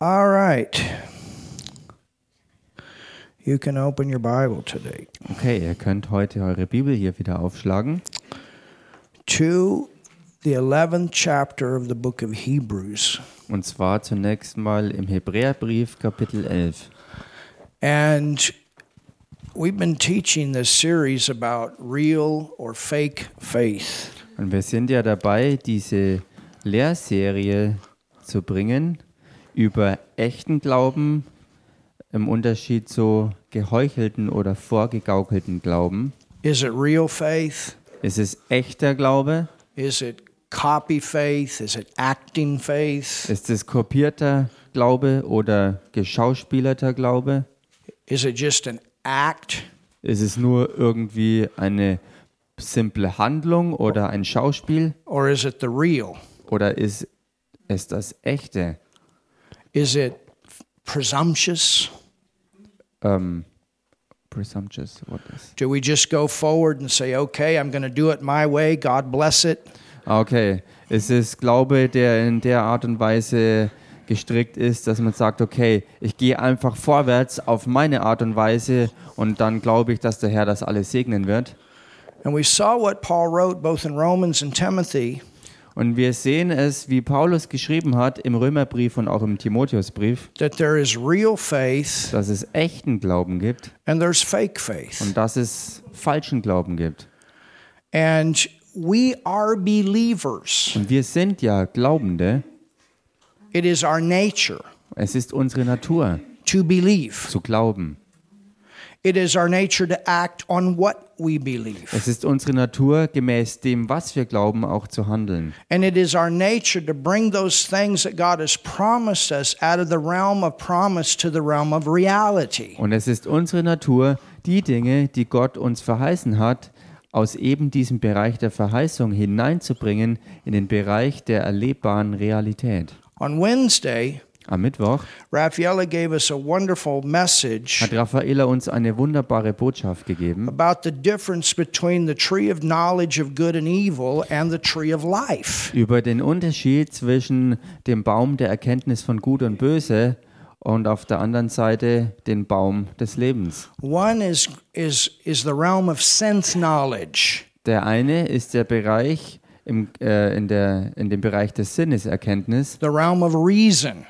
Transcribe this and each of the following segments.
All right. You can open your Bible today Okay, ihr könnt heute eure Bibel hier wieder aufschlagen to the 11th chapter of the book of Hebrews. und zwar zunächst mal im Hebräerbrief Kapitel 11. And we've been teaching this series about real or fake faith. Und wir sind ja dabei, diese Lehrserie zu bringen über echten Glauben im Unterschied zu geheuchelten oder vorgegaukelten Glauben. Is it real faith? Ist es echter Glaube? Is it copy faith? Is it acting faith? Ist es kopierter Glaube oder geschauspielerter Glaube? Is it just an act? Ist es nur irgendwie eine simple Handlung oder ein Schauspiel? Or is it the real? Oder ist es das Echte? Is it presumptuous? Ähm, presumptuous, what is? Do we just go forward and say, okay, I'm going to do it my way, God bless it? Ah, Okay, es ist Glaube, der in der Art und Weise gestrickt ist, dass man sagt, okay, ich gehe einfach vorwärts auf meine Art und Weise und dann glaube ich, dass der Herr das alles segnen wird. And we saw what Paul wrote both in Romans and Timothy Und wir sehen es, wie Paulus geschrieben hat im Römerbrief und auch im Timotheusbrief, that there is real faith dass es echten Glauben gibt and there's fake faith. und dass es falschen Glauben gibt. And we are believers, Und wir sind ja Glaubende. it is our nature Es ist unsere Natur to believe, zu glauben. it is our nature to act on what we believe, Es ist unsere Natur, gemäß dem, was wir glauben, auch zu handeln. and it is our nature to bring those things that God has promised us out of the realm of promise to the realm of reality. Und es ist unsere Natur, die Dinge, die Gott uns verheißen hat, aus eben diesem Bereich der Verheißung hineinzubringen in den Bereich der erlebbaren Realität. On Wednesday, Am Mittwoch Raffaella gave us a wonderful message hat Raffaella uns eine wunderbare Botschaft gegeben about the difference between the tree of knowledge of good and evil and the tree of life. über den Unterschied zwischen dem Baum der Erkenntnis von Gut und Böse und auf der anderen Seite den Baum des Lebens. One is is is the realm of sense knowledge, Der eine ist der Bereich im, äh, in, der, in dem Bereich der Sinneserkenntnis, the realm of reason.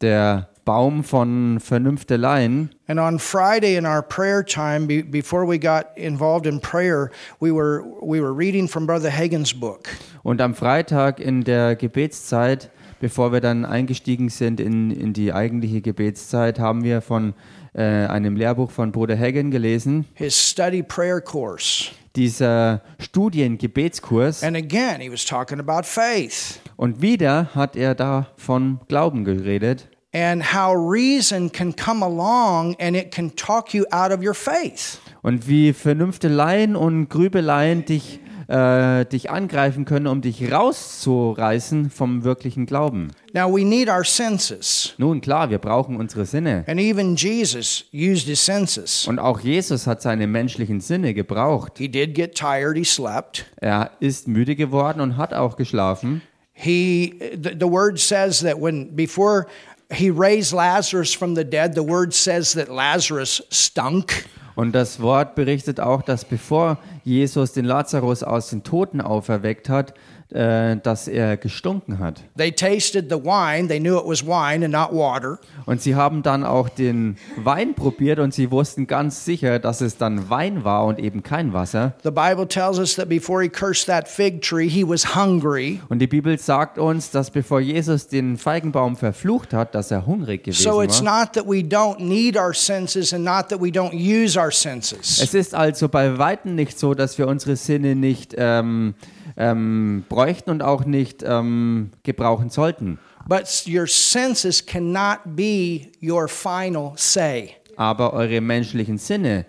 der Baum von Vernünfteleien. And on Friday in our prayer time be, before we got involved in prayer, we were we were reading from brother Hagen's book. Und am Freitag in der Gebetszeit, bevor wir dann eingestiegen sind in, in die eigentliche Gebetszeit, haben wir von äh, einem Lehrbuch von Bruder Hagen gelesen, His study prayer course. dieser Studiengebetskurs. And again, he was talking about faith Und wieder hat er da von Glauben geredet and how reason can come along and it can talk you out of your faith. und wie Vernünfteleien und Grübeleien dich, äh, dich angreifen können, um dich rauszureißen vom wirklichen Glauben. Now we need our senses. Nun klar, wir brauchen unsere Sinne. And even Jesus used his senses. Und auch Jesus hat seine menschlichen Sinne gebraucht. He did get tired, he slept. Er ist müde geworden und hat auch geschlafen. He the, the word says that when before he raised Lazarus from the dead, the word says that Lazarus stunk. Und das Wort berichtet auch, dass bevor Jesus den Lazarus aus den Toten auferweckt hat, äh, dass er gestunken hat. They tasted the wine, they knew it was wine and not water. Und sie haben dann auch den Wein probiert und sie wussten ganz sicher, dass es dann Wein war und eben kein Wasser. The Bible tells us that before he cursed that fig tree, he was hungry. Und die Bibel sagt uns, dass bevor Jesus den Feigenbaum verflucht hat, dass er hungrig gewesen So it's war. not that we don't need our senses and not that we don't use our senses. Es ist also bei Weitem nicht so, dass wir unsere Sinne nicht ähm, ähm, bräuchten und auch nicht ähm, gebrauchen sollten. But your senses cannot be your final say. Aber eure menschlichen Sinne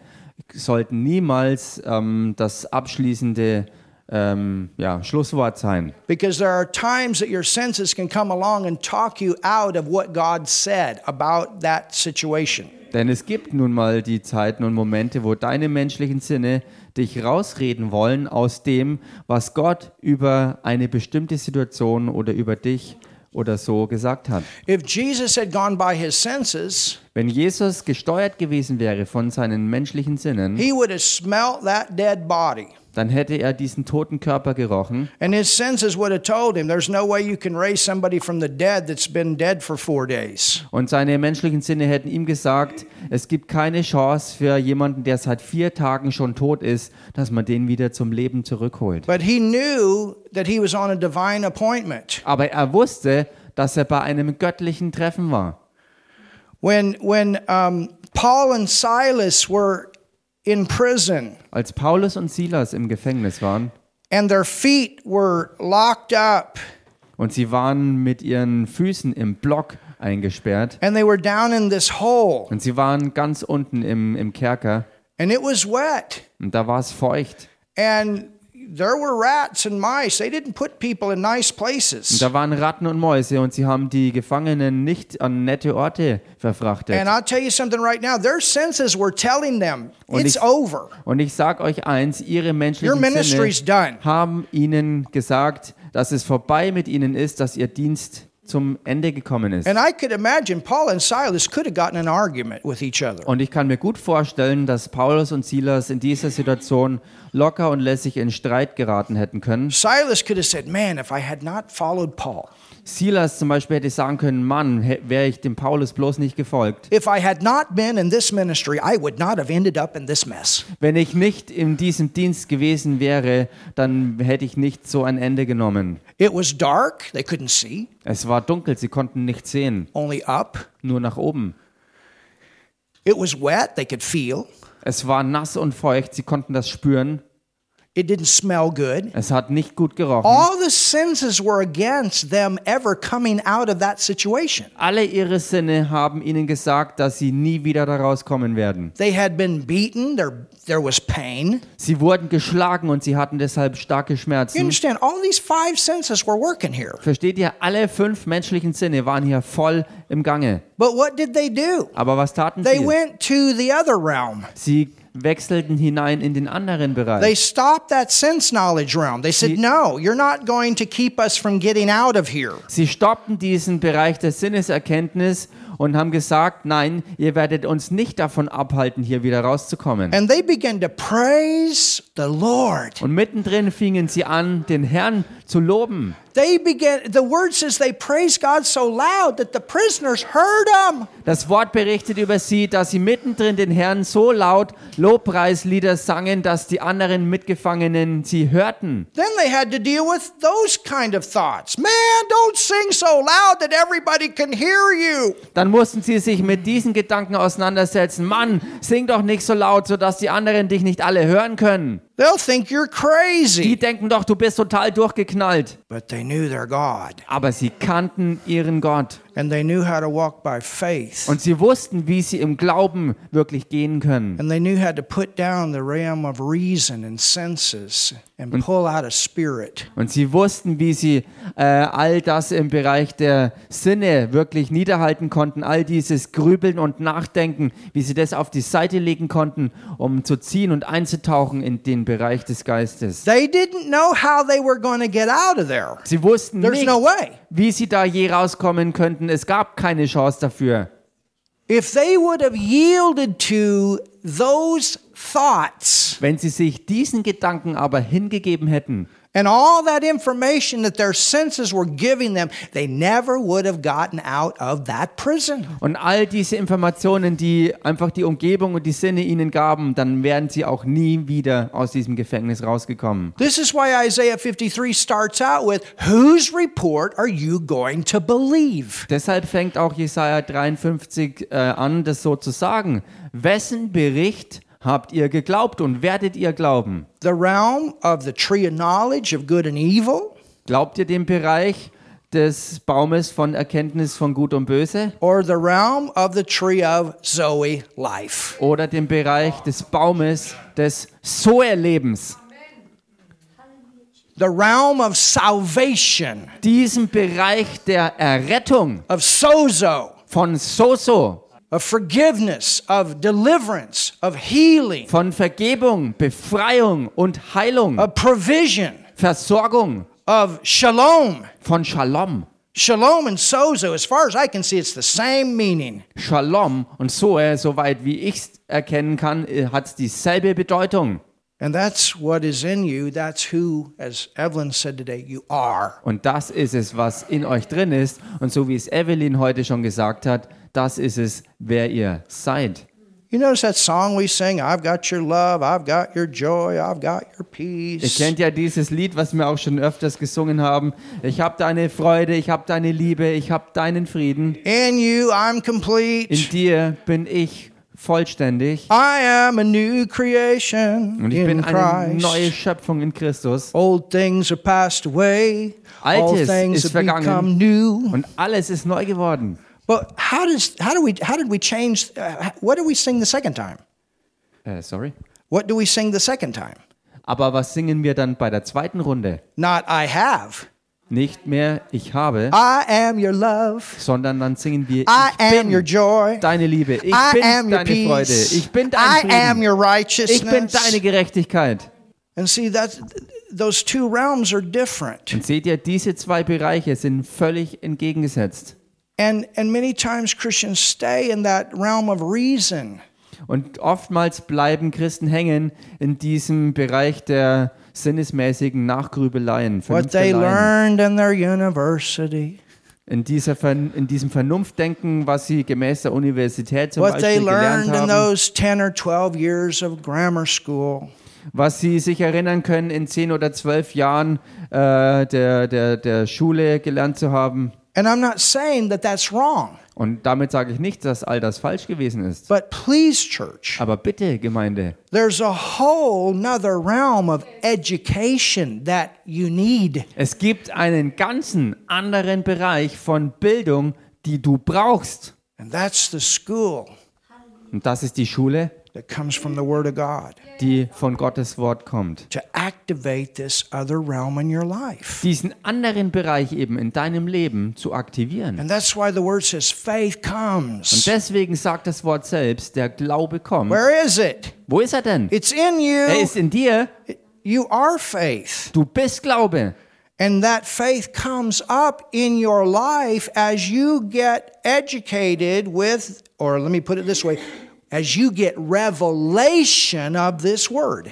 sollten niemals ähm, das abschließende ähm, ja, Schlusswort sein. Because there are times that your senses can come along and talk you out of what God said about that situation. Denn es gibt nun mal die Zeiten und Momente, wo deine menschlichen Sinne dich rausreden wollen aus dem, was Gott über eine bestimmte Situation oder über dich oder so gesagt hat. If Jesus had gone by his senses, Wenn Jesus gesteuert gewesen wäre von seinen menschlichen Sinnen, he would have smelt that dead body. dann hätte er diesen toten Körper gerochen And his senses would have told him there's no way you can raise somebody from the dead that's been dead for four days. und seine menschlichen Sinne hätten ihm gesagt, es gibt keine Chance für jemanden, der seit vier Tagen schon tot ist, dass man den wieder zum Leben zurückholt. But he knew that he was on a divine appointment. Aber er wusste, dass er bei einem göttlichen Treffen war. When, when um, Paul and Silas were in prison Als Paulus und Silas im Gefängnis waren and their feet were locked up und sie waren mit ihren Füßen im Block eingesperrt and they were down in this hole und sie waren ganz unten im, im Kerker and it was wet und da war es feucht. and there were rats and mice. They didn't put people in nice places. Da waren Ratten und Mäuse und sie haben die Gefangenen nicht an nette Orte And verfrachtet. I'll tell you something right now. Their senses were telling them Und it's ich- over. Und ich sag euch eins, ihre Your menschlichen ministry's Sinne done. haben ihnen gesagt, dass es vorbei mit ihnen ist, dass ihr Dienst zum Ende gekommen ist. And I could imagine Paul and Silas could have gotten an argument with each other. Und ich kann mir gut vorstellen, dass Paulus und Silas in dieser Situation locker und lässig in Streit geraten hätten können. Silas could have said, Man, if I had not followed Paul, Silas zum Beispiel hätte sagen können, Mann, hä- wäre ich dem Paulus bloß nicht gefolgt. if I had not been in this ministry, I would not have ended up in this mess. Wenn ich nicht in diesem Dienst gewesen wäre, dann hätte ich nicht so ein Ende genommen. It was dark, they couldn't see, Es war dunkel, sie konnten nicht sehen, only up. nur nach oben. It was wet, they could feel. Es war nass und feucht, sie konnten das spüren. It didn't smell good. Es hat nicht gut gerochen. All the senses were against them ever coming out of that situation. Alle ihre Sinne haben ihnen gesagt, dass sie nie wieder daraus kommen werden. They had been beaten, there, there was pain. Sie wurden geschlagen und sie hatten deshalb starke You Schmerzen. understand, all these five senses were working here. Versteht ihr, alle fünf menschlichen Sinne waren hier voll im Gange. But what did they do? Aber was taten They sie? went to the other realm. Sie wechselten hinein in den anderen They Bereich. stopped that sense knowledge realm. They said, No, you're not going to keep us from getting out of here. Sie stoppten diesen Bereich der Sinneserkenntnis und haben gesagt, nein, ihr werdet uns nicht davon abhalten, hier wieder rauszukommen. And they began to praise the Lord. Und mittendrin fingen sie an, den Herrn zu loben. They began, the word says they praised God so loud that the prisoners heard them. Das Wort berichtet über sie, dass sie mittendrin den Herrn so laut Lobpreislieder sangen, dass die anderen Mitgefangenen sie hörten. Then they had to deal with those kind of thoughts. Man, don't sing so loud that everybody can hear you. Dann mussten sie sich mit diesen Gedanken auseinandersetzen. Mann, sing doch nicht so laut, sodass die anderen dich nicht alle hören können. They'll think you're Die crazy. denken doch, du bist total durchgeknallt. But they knew their God, Aber sie kannten ihren Gott. and they knew how to walk by faith. Und sie wussten, wie sie im Glauben wirklich gehen können. And they knew how to put down the realm of reason and senses and pull out a spirit. Und sie wussten, wie sie äh, all das im Bereich der Sinne wirklich niederhalten konnten, all dieses Grübeln und Nachdenken, wie sie das auf die Seite legen konnten, um zu ziehen und einzutauchen in den Bereich des Geistes. They didn't know how they were going to get out of there. Sie wussten There's nicht, no way. wie sie da je rauskommen könnten. Es gab keine Chance dafür. If they would have yielded to those thoughts Wenn sie sich diesen Gedanken aber hingegeben hätten and all that information that their senses were giving them, they never would have gotten out of that prison. und all diese Informationen, die einfach die Umgebung und die Sinne ihnen gaben, dann wären sie auch nie wieder aus diesem Gefängnis rausgekommen. This is why Isaiah 53 starts out with Whose report are you going to believe? Deshalb fängt auch Jesaja 53 äh, an, das so zu sagen. Wessen Bericht habt ihr geglaubt und werdet ihr glauben? the realm of the tree of knowledge of good and evil Glaubt ihr dem Bereich des Baumes von Erkenntnis von Gut und Böse or the realm of the tree of Zoe life. oder dem Bereich des Baumes des Soe-Lebens? The realm of salvation, Diesem Bereich der Errettung of sozo, von Soso, of forgiveness, of deliverance, of healing, von Vergebung, Befreiung und Heilung, of provision, Versorgung, of shalom. von Shalom. Shalom and sozo, as far as I can see, it's the same meaning. Shalom und Zoe, soweit wie ich es erkennen kann, äh, hat dieselbe Bedeutung. And that's what is in you. That's who, as Evelyn said today, you are. Und das ist es, was in euch drin ist. Und so wie es Evelyn heute schon gesagt hat, das ist es, wer ihr seid. You notice that song we sing, I've got your love, I've got your joy, I've got your Ihr peace. kennt ja dieses Lied, was wir auch schon öfters gesungen haben. Ich habe deine Freude, ich habe deine Liebe, ich habe deinen Frieden. In you I'm In complete. dir bin ich vollständig. I am a new creation Und ich bin in eine Christ. neue Schöpfung in Christus. Old things are passed away. All Altes things ist have become vergangen. new. Und alles ist neu geworden. But how does how do we how did we change? Uh, what do we sing the second time? Äh, sorry. What do we sing the second time? Aber was singen wir dann bei der zweiten Runde? Not I have. Nicht mehr ich habe, I am your love. sondern dann singen I wir ich am your bin joy. deine Liebe, ich I bin am your deine Freude, peace. ich bin I dein am Frieden, your ich bin righteousness. deine Gerechtigkeit. And see that those two realms are different. Und seht ihr, diese zwei Bereiche sind völlig entgegengesetzt. And and many times Christians stay in that realm of reason. Und oftmals bleiben Christen hängen in diesem Bereich der sinnesmäßigen Nachgrübeleien, What they Vernunfteleien. learned in their university. in, dieser Vern in diesem Vernunftdenken, was sie gemäß der Universität zum What they Beispiel gelernt learned in haben, those 10 or 12 years of grammar school. was sie sich erinnern können, in zehn oder zwölf Jahren äh, der, der, der Schule gelernt zu haben. And I'm not saying that that's wrong, Und damit sage ich nicht, dass all das falsch gewesen ist. but please, church, Aber bitte, Gemeinde, there's a whole nother realm of education that you need. es gibt einen ganzen anderen Bereich von Bildung, die du brauchst. And that's the school Und das ist die Schule, that comes from the Word of God die von Gottes Wort kommt. to activate this other realm in your life. Diesen anderen Bereich eben in deinem Leben zu aktivieren. And that's why the Word says faith Und comes. deswegen sagt das Wort selbst, der Glaube kommt. Where is it? Wo ist er denn? It's in Er you. ist in dir. You are faith. Du bist Glaube. And that faith comes up in your life as you get educated with, or let me put it this way, as you get revelation of this word.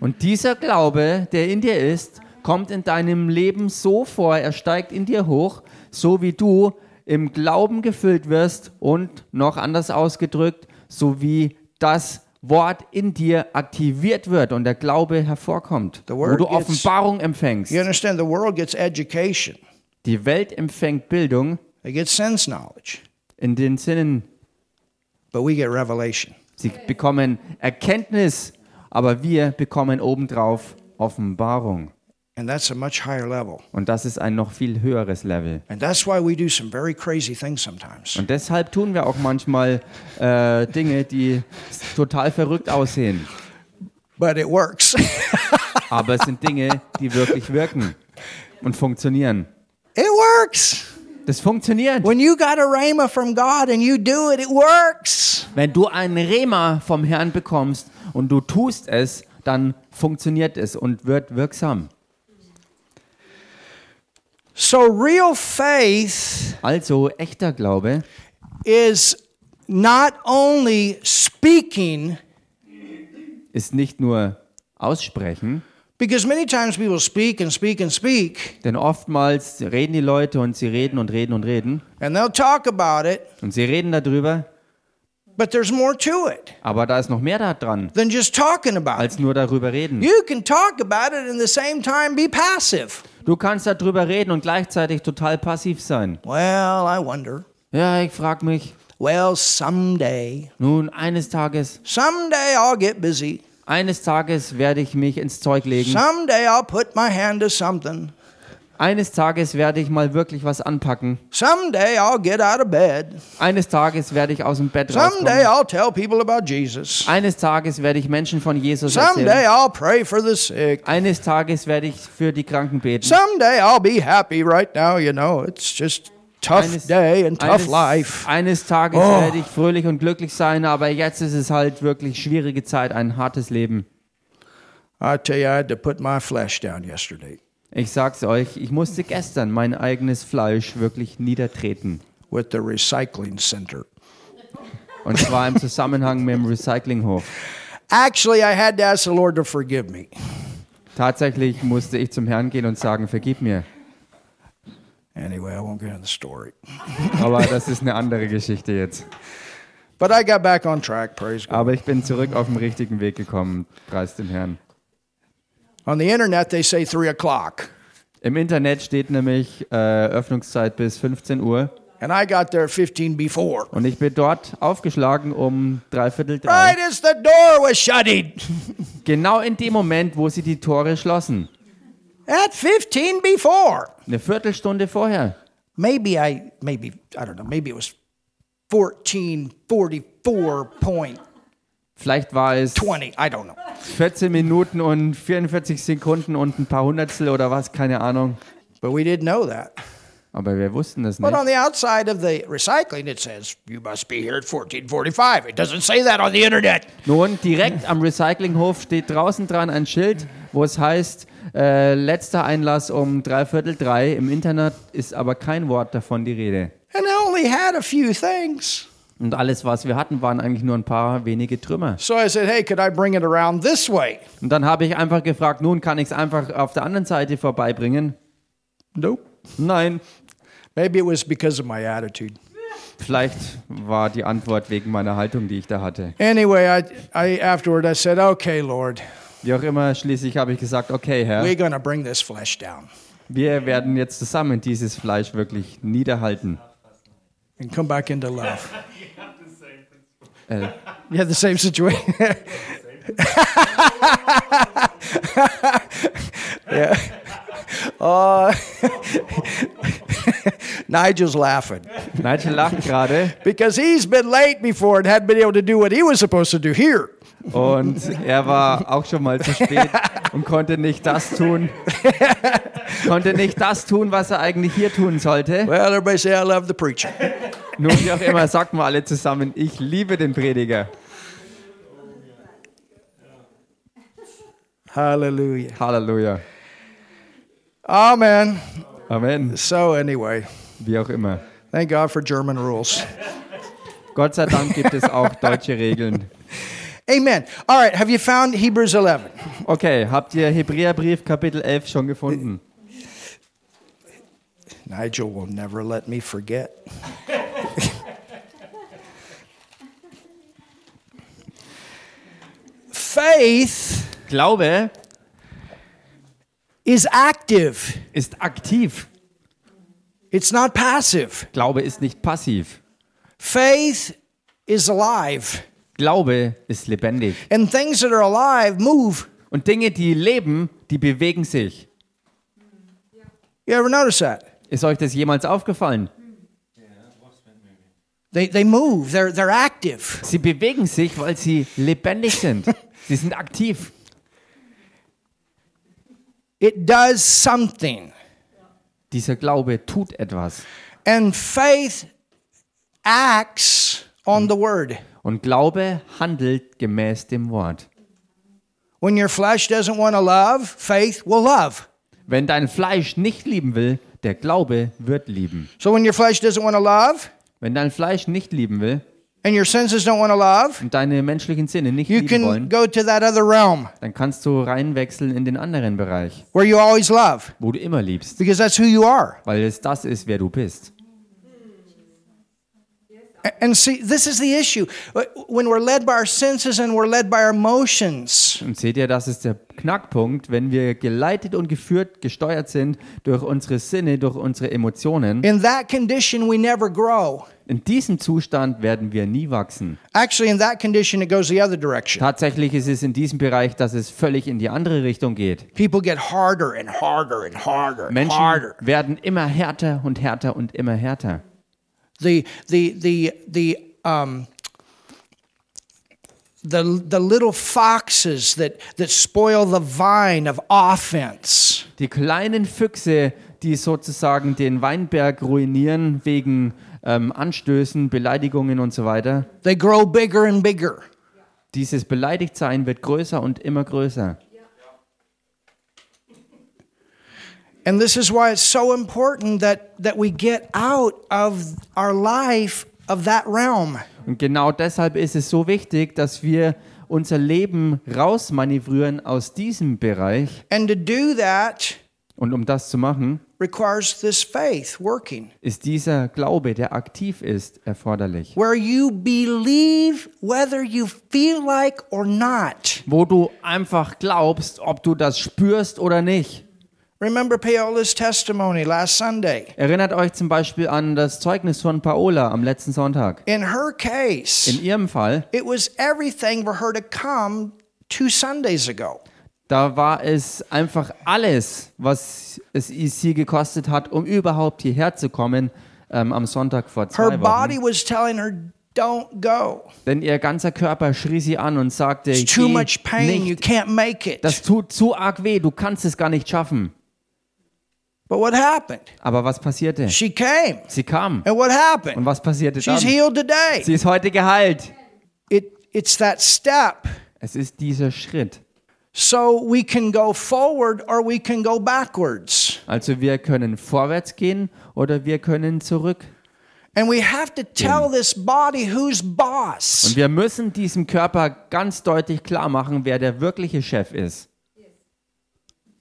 Und dieser Glaube, der in dir ist, kommt in deinem Leben so vor, er steigt in dir hoch, so wie du im Glauben gefüllt wirst und noch anders ausgedrückt, so wie das Wort in dir aktiviert wird und der Glaube hervorkommt, The wo word du gets- Offenbarung empfängst. You understand, the world gets education, Die Welt empfängt Bildung they get sense knowledge, in den Sinnen, but we get revelation. sie bekommen Erkenntnis, aber wir bekommen obendrauf Offenbarung. And that's a much higher level. Und das ist ein noch viel höheres Level. And that's why we do some very crazy things sometimes. Und deshalb tun wir auch manchmal äh, Dinge, die s- total verrückt aussehen. But it works. Aber es sind Dinge, die wirklich wirken und funktionieren. it works. Das funktioniert. When you got a rhema from God and you do it, it works. Wenn du einen Rema vom Herrn bekommst und du tust es, dann funktioniert es und wird wirksam. So, real faith Also echter Glaube is not only speaking, ist nicht nur aussprechen, because many times people speak and speak and speak, denn oftmals reden die Leute und sie reden und reden und reden and they'll talk about it, und sie reden darüber, but there's more to it aber da ist noch mehr da dran, than just talking about it. als nur darüber reden. You can talk about it and the same time be passive. Du kannst darüber reden und gleichzeitig total passiv sein. Well, I wonder. Ja, ich frag mich. Well, someday, Nun, eines Tages, someday I'll get busy. eines Tages werde ich mich ins Zeug legen. Someday I'll put my hand to something. Eines Tages werde ich mal wirklich was anpacken. Someday I'll get out of bed. Eines Tages werde ich aus dem Bett Someday rauskommen. I'll tell people about Jesus. Eines Tages werde ich Menschen von Jesus Someday erzählen. I'll pray for the sick. Eines Tages werde ich für die Kranken beten. Someday I'll be happy. Right now, you know, it's just tough Eines, day and tough eines, life. eines Tages Oh. werde ich fröhlich und glücklich sein, aber jetzt ist es halt wirklich schwierige Zeit, ein hartes Leben. I tell you, I had to put my flesh down yesterday. Ich sag's euch, ich musste gestern mein eigenes Fleisch wirklich niedertreten. with the recycling center. Und zwar im Zusammenhang mit dem Recyclinghof. Actually, I had to ask the Lord to forgive me. Tatsächlich musste ich zum Herrn gehen und sagen, vergib mir. Anyway, I won't get into the story. Aber das ist eine andere Geschichte jetzt. But I got back on track, praise God. Aber ich bin zurück auf den richtigen Weg gekommen, preis dem Herrn. On the internet, they say three o'clock. Im Internet steht nämlich äh, Öffnungszeit bis 15 Uhr And I got there 15 before. und ich bin dort aufgeschlagen um dreiviertel drei. Right as the door was shutting. Genau in dem Moment, wo sie die Tore schlossen. At 15 before. Eine Viertelstunde vorher. Maybe I, maybe, I don't know, maybe it was 1444.20. Vielleicht war es I don't know. 14 Minuten und 44 Sekunden und ein paar Hundertstel oder was, keine Ahnung. But we didn't know that. Aber wir wussten das But nicht. on the outside of the recycling, it says, you must be here at 1445. It doesn't say that on the internet. Nun, direkt am Recyclinghof steht draußen dran ein Schild, wo es heißt, äh, letzter Einlass um dreiviertel drei. Im Internet ist aber kein Wort davon die Rede. And I only had a few things. Und alles, was wir hatten, waren eigentlich nur ein paar wenige Trümmer. So I said, hey, could I bring it around this way? Und dann habe ich einfach gefragt, nun kann ich es einfach auf der anderen Seite vorbeibringen? Nope. Nein. Maybe it was because of my attitude. Vielleicht war die Antwort wegen meiner Haltung, die ich da hatte. Anyway, I, I afterward I said, okay, Lord, Wie auch immer, schließlich habe ich gesagt, okay, Herr, we're going to bring this flesh down wir werden jetzt zusammen dieses Fleisch wirklich niederhalten. and come back into love. Äh, You had the same situation. yeah. Uh, Nigel's laughing Nigel lacht gerade because he's been late before and hadn't been able to do what he was supposed to do here. und er war auch schon mal zu spät und konnte nicht das tun, konnte nicht das tun, was er eigentlich hier tun sollte. Well, everybody say, I love the preacher. Nun, wie auch immer, sagt mal alle zusammen, ich liebe den Prediger. Hallelujah. Halleluja. Amen. Amen. So, anyway, Wie auch immer. thank God for German rules. Gott sei Dank gibt es auch deutsche Regeln. Amen. All right, have you found Hebrews 11? Okay, habt ihr Hebräerbrief Kapitel 11 schon gefunden? Nigel will never let me forget. Faith Glaube is active, ist aktiv. it's not passive. Glaube ist nicht passiv. Faith is alive, Glaube ist lebendig. and things that are alive move. Und Dinge, die leben, die bewegen sich. You ever notice that? Ist euch das jemals aufgefallen? They, they move, they're, they're active. Sie bewegen sich, weil sie lebendig sind. Sie sind aktiv. It does something. Dieser Glaube tut etwas. And faith acts on the word. Und Glaube handelt gemäß dem Wort. When your flesh doesn't want to love, faith will love. Wenn dein Fleisch nicht lieben will, der Glaube wird lieben. So when your flesh doesn't want to love Wenn dein Fleisch nicht lieben will and your senses don't want to love, und deine menschlichen Sinne nicht you lieben can wollen, go to that other realm dann kannst du reinwechseln in den anderen Bereich, where you always love wo du immer liebst, because that's who you are. weil es das ist, wer du bist. A- And see, this is the issue. Uh, When we're led by our senses and we're led by our emotions, Und seht ihr, das ist der Knackpunkt, wenn wir geleitet und geführt, gesteuert sind durch unsere Sinne, durch unsere Emotionen. in that condition, we never grow. In diesem Zustand werden wir nie wachsen. Actually, in that condition, it goes the other direction. Tatsächlich ist es in diesem Bereich, dass es völlig in die andere Richtung geht. People get harder and harder and harder and Menschen harder. werden immer härter und härter und immer härter. the the the the um the the little foxes that that spoil the vine of offense Die kleinen Füchse, die sozusagen den Weinberg ruinieren wegen ähm, Anstößen, Beleidigungen und so weiter. they grow bigger and bigger Dieses Beleidigtsein wird größer und immer größer. And this is why it's so important that, that we get out of our life of that realm. Und genau deshalb ist es so wichtig, dass wir unser Leben rausmanövrieren aus diesem Bereich. And to do that Und um das zu machen, requires this faith working, ist dieser Glaube, der aktiv ist, erforderlich. where you believe whether you feel like or not. Wo du einfach glaubst, ob du das spürst oder nicht. Remember Paola's testimony last Sunday. Erinnert euch zum Beispiel an das Zeugnis von Paola am letzten Sonntag. In her case, In ihrem Fall, it was everything for her to come two Sundays ago. da war es einfach alles, was es sie gekostet hat, um überhaupt hierher zu kommen ähm, am Sonntag vor Her zwei Wochen. body was telling her, don't go. Denn ihr ganzer Körper schrie sie an und sagte, It's too "Geh much pain. You nicht. can't make it. das tut zu arg weh, du kannst es gar nicht schaffen. But what happened? Aber was passierte? She came. Sie kam. And what Und happened? was passierte She's dann? healed today. Sie ist heute geheilt. It, it's that step. Es ist dieser Schritt. So we can go forward or we can go backwards. Also wir können vorwärts gehen oder wir können zurück. And we have to tell this body who's boss. Und wir müssen diesem Körper ganz deutlich klar machen, wer der wirkliche Chef ist.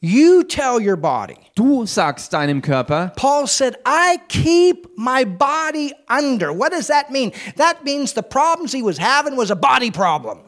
You tell your body. Du sagst deinem Körper, Paul said, I keep my body under. What does that mean? That means the problems he was having was a body problem.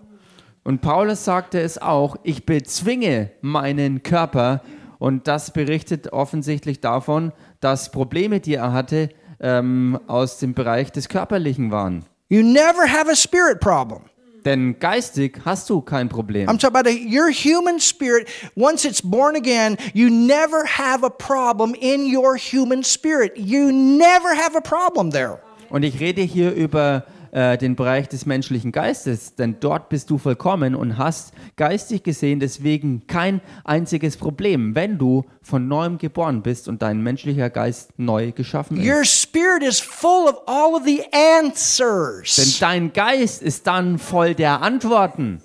und Paulus sagte es auch, ich bezwinge meinen Körper. Und das berichtet offensichtlich davon, dass Probleme, die er hatte, ähm, aus dem Bereich des Körperlichen waren. You never have a spirit problem. Denn geistig hast du kein Problem. I'm talking about a, your human spirit. Once it's born again, you never have a problem in your human spirit. You never have a problem there. Und ich rede hier über äh, den Bereich des menschlichen Geistes, denn dort bist du vollkommen und hast geistig gesehen deswegen kein einziges Problem, wenn du von neuem geboren bist und dein menschlicher Geist neu geschaffen ist. Your spirit is full of all of the Denn answers. dein Geist ist dann voll der Antworten.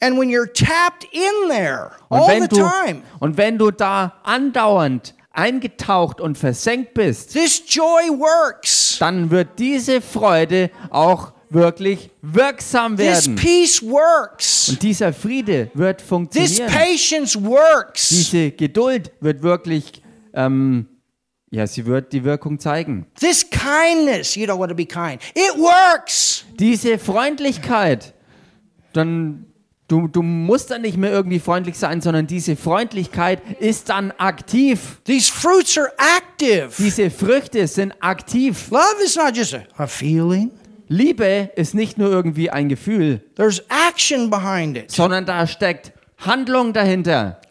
And when you're tapped in there Und, all wenn, the du, time, und wenn du da andauernd eingetaucht und versenkt bist, this joy works. dann wird diese Freude auch wirklich wirksam This werden. peace works. Und dieser Friede wird This funktionieren. patience works. diese Geduld wird wirklich, ähm, ja, sie wird die Wirkung zeigen. This kindness, you don't want to be kind. It works. Diese Freundlichkeit, dann, du, du musst dann nicht mehr irgendwie freundlich sein, sondern diese Freundlichkeit ist dann aktiv. These fruits are active. Diese Früchte sind aktiv. Love is not just a, a feeling. Liebe ist nicht nur irgendwie ein Gefühl, There's action behind it. sondern da steckt Handlung dahinter.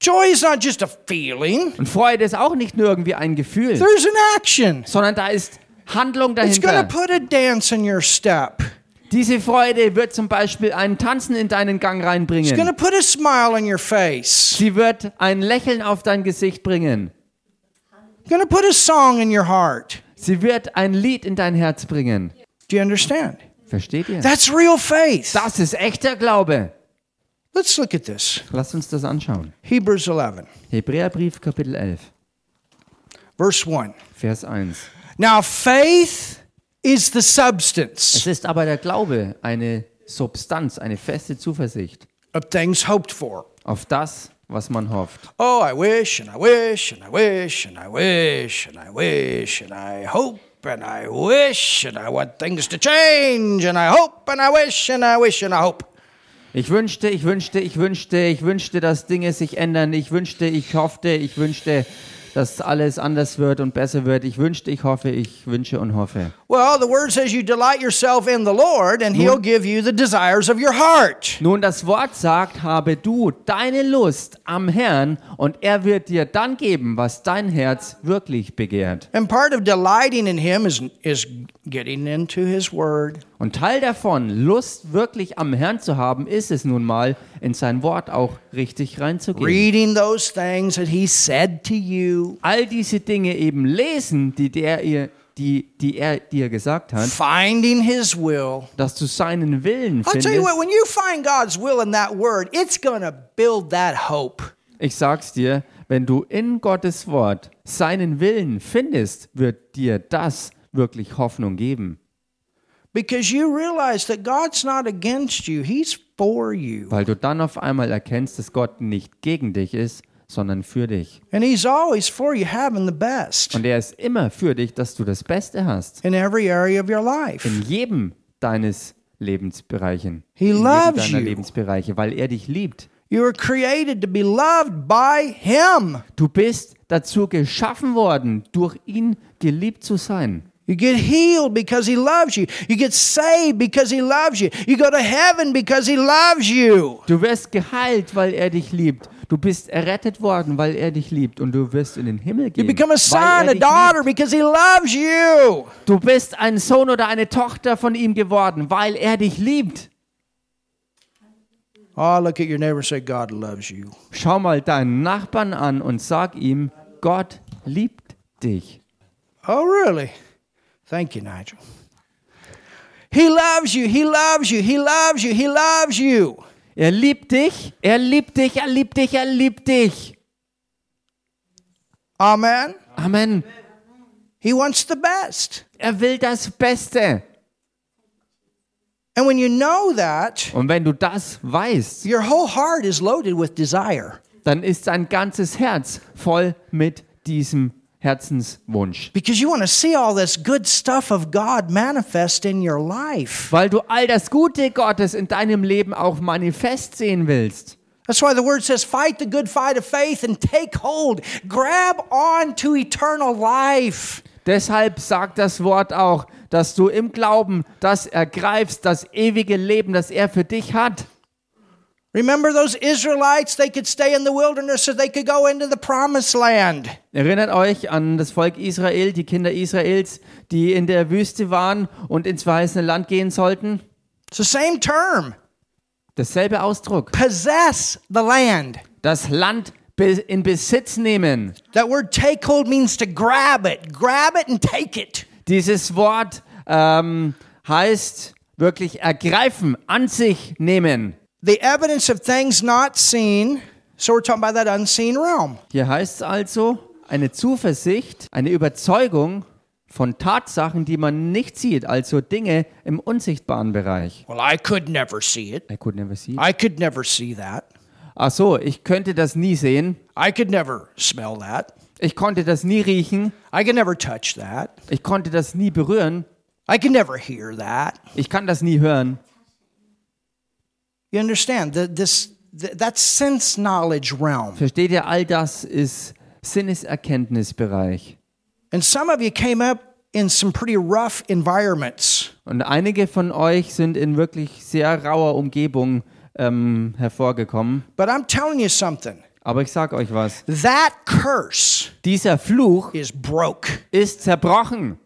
Joy is not just a feeling. Und Freude ist auch nicht nur irgendwie ein Gefühl, There's an action. sondern da ist Handlung It's going dahinter. to put a dance in your step. Diese Freude wird zum Beispiel ein Tanzen in deinen Gang reinbringen. It's going to put a smile on your face. Sie wird ein Lächeln auf dein Gesicht bringen. It's going to put a song in your heart. Sie wird ein Lied in dein Herz bringen. Do you understand? Versteht ihr? That's real faith. Das ist echter Glaube. Let's look at this. Lasst uns das anschauen. Hebrews 11, Hebräerbrief Kapitel 11, verse 1. Vers 1. Now, faith is the Es substance ist aber der Glaube eine Substanz, eine feste Zuversicht of things hoped for. auf das, was man hofft. Oh, I wish and I wish and I wish and I wish and I wish and I hope and I wish and I want things to change and I hope and I wish and I wish and I hope. Ich wünschte, ich wünschte, ich wünschte, ich wünschte, dass Dinge sich ändern. Ich wünschte, ich hoffte, ich wünschte, dass alles anders wird und besser wird. Ich wünschte, ich hoffe, ich wünsche und hoffe. Well, the word says you delight yourself in the Lord and he'll give you the desires of your heart. Nun das Wort sagt, habe du deine Lust am Herrn und er wird dir dann geben, was dein Herz wirklich begehrt. And part of delighting in him is is getting into his word. Und Teil davon, Lust wirklich am Herrn zu haben, ist es nun mal, in sein Wort auch richtig reinzugehen. Reading those things that he said to you, All diese Dinge eben lesen, die, der ihr, die, die er dir gesagt hat, finding his will. dass du seinen Willen I'll tell you what, findest. when you find God's will in that word, it's going to build that hope. Ich sag's dir, Wenn du in Gottes Wort seinen Willen findest, wird dir das wirklich Hoffnung geben, because you realize that God's not against you, He's for you. weil du dann auf einmal erkennst, dass Gott nicht gegen dich ist, sondern für dich. And He's always for you having the best Und er ist immer für dich, dass du das Beste hast. in every area of your In life. jedem deines Lebensbereichen. He in jedem loves deiner you. Lebensbereiche, weil er dich liebt. You were created to be loved by Him. Du bist dazu geschaffen worden, durch ihn geliebt zu sein. You get healed because He loves you. You get saved because He loves you. You go to heaven because He loves you. Du wirst geheilt, weil er dich liebt. Du bist errettet worden, weil er dich liebt. Und du wirst in den Himmel You gehen. become a weil son, er a dich daughter because He loves you. liebt. Du bist ein Sohn oder eine Tochter von ihm geworden, weil er dich liebt. Oh, look at your neighbor and say, God loves you. Schau mal deinen Nachbarn an und sag ihm, Gott liebt dich. Oh, really? Thank you, Nigel. He loves you. He loves you. He loves you. He loves you. Er liebt dich, er liebt dich, er liebt dich, er liebt dich. Amen. Amen. He wants the best. Er will das Beste. And when you know that, Und wenn du das weißt, your whole heart is loaded with desire dann ist dein ganzes Herz voll mit diesem Herzenswunsch. because you want to see all this good stuff of God manifest in your life. Weil du all das Gute Gottes in deinem Leben auch manifest sehen willst. That's why the word says, fight the good fight of faith and take hold, grab on to eternal life. Deshalb sagt das Wort auch, dass du im Glauben das ergreifst, das ewige Leben, das er für dich hat. Remember those Israelites? They could stay in the wilderness so they could go into the promised land. Erinnert euch an das Volk Israel, die Kinder Israels, die in der Wüste waren und ins verheißene Land gehen sollten? It's the same term. Dasselbe Ausdruck. Possess the land. Das Land be- in Besitz nehmen. That word take hold means to grab it. Grab it and take it. Dieses Wort ähm, heißt wirklich ergreifen, an sich nehmen. The evidence of things not seen. So we're talking about that unseen realm. Hier heißt es also eine Zuversicht, eine Überzeugung von Tatsachen, die man nicht sieht, also Dinge im unsichtbaren Bereich. Well, I could never see it. I could never see. I could never see that. Ach so, ich könnte das nie sehen. I could never smell that. Ich konnte das nie riechen. I could never touch that. Ich konnte das nie berühren. I could never hear that. Ich kann das nie hören. You understand? The, this, th that sense knowledge realm. Versteht ihr, all das ist Sinneserkenntnisbereich. And some of you came up in some pretty rough environments. Und einige von euch sind in wirklich sehr rauer Umgebung ähm, hervorgekommen. But I'm telling you something. Aber ich sag euch was. That curse Dieser Fluch is broke. ist zerbrochen.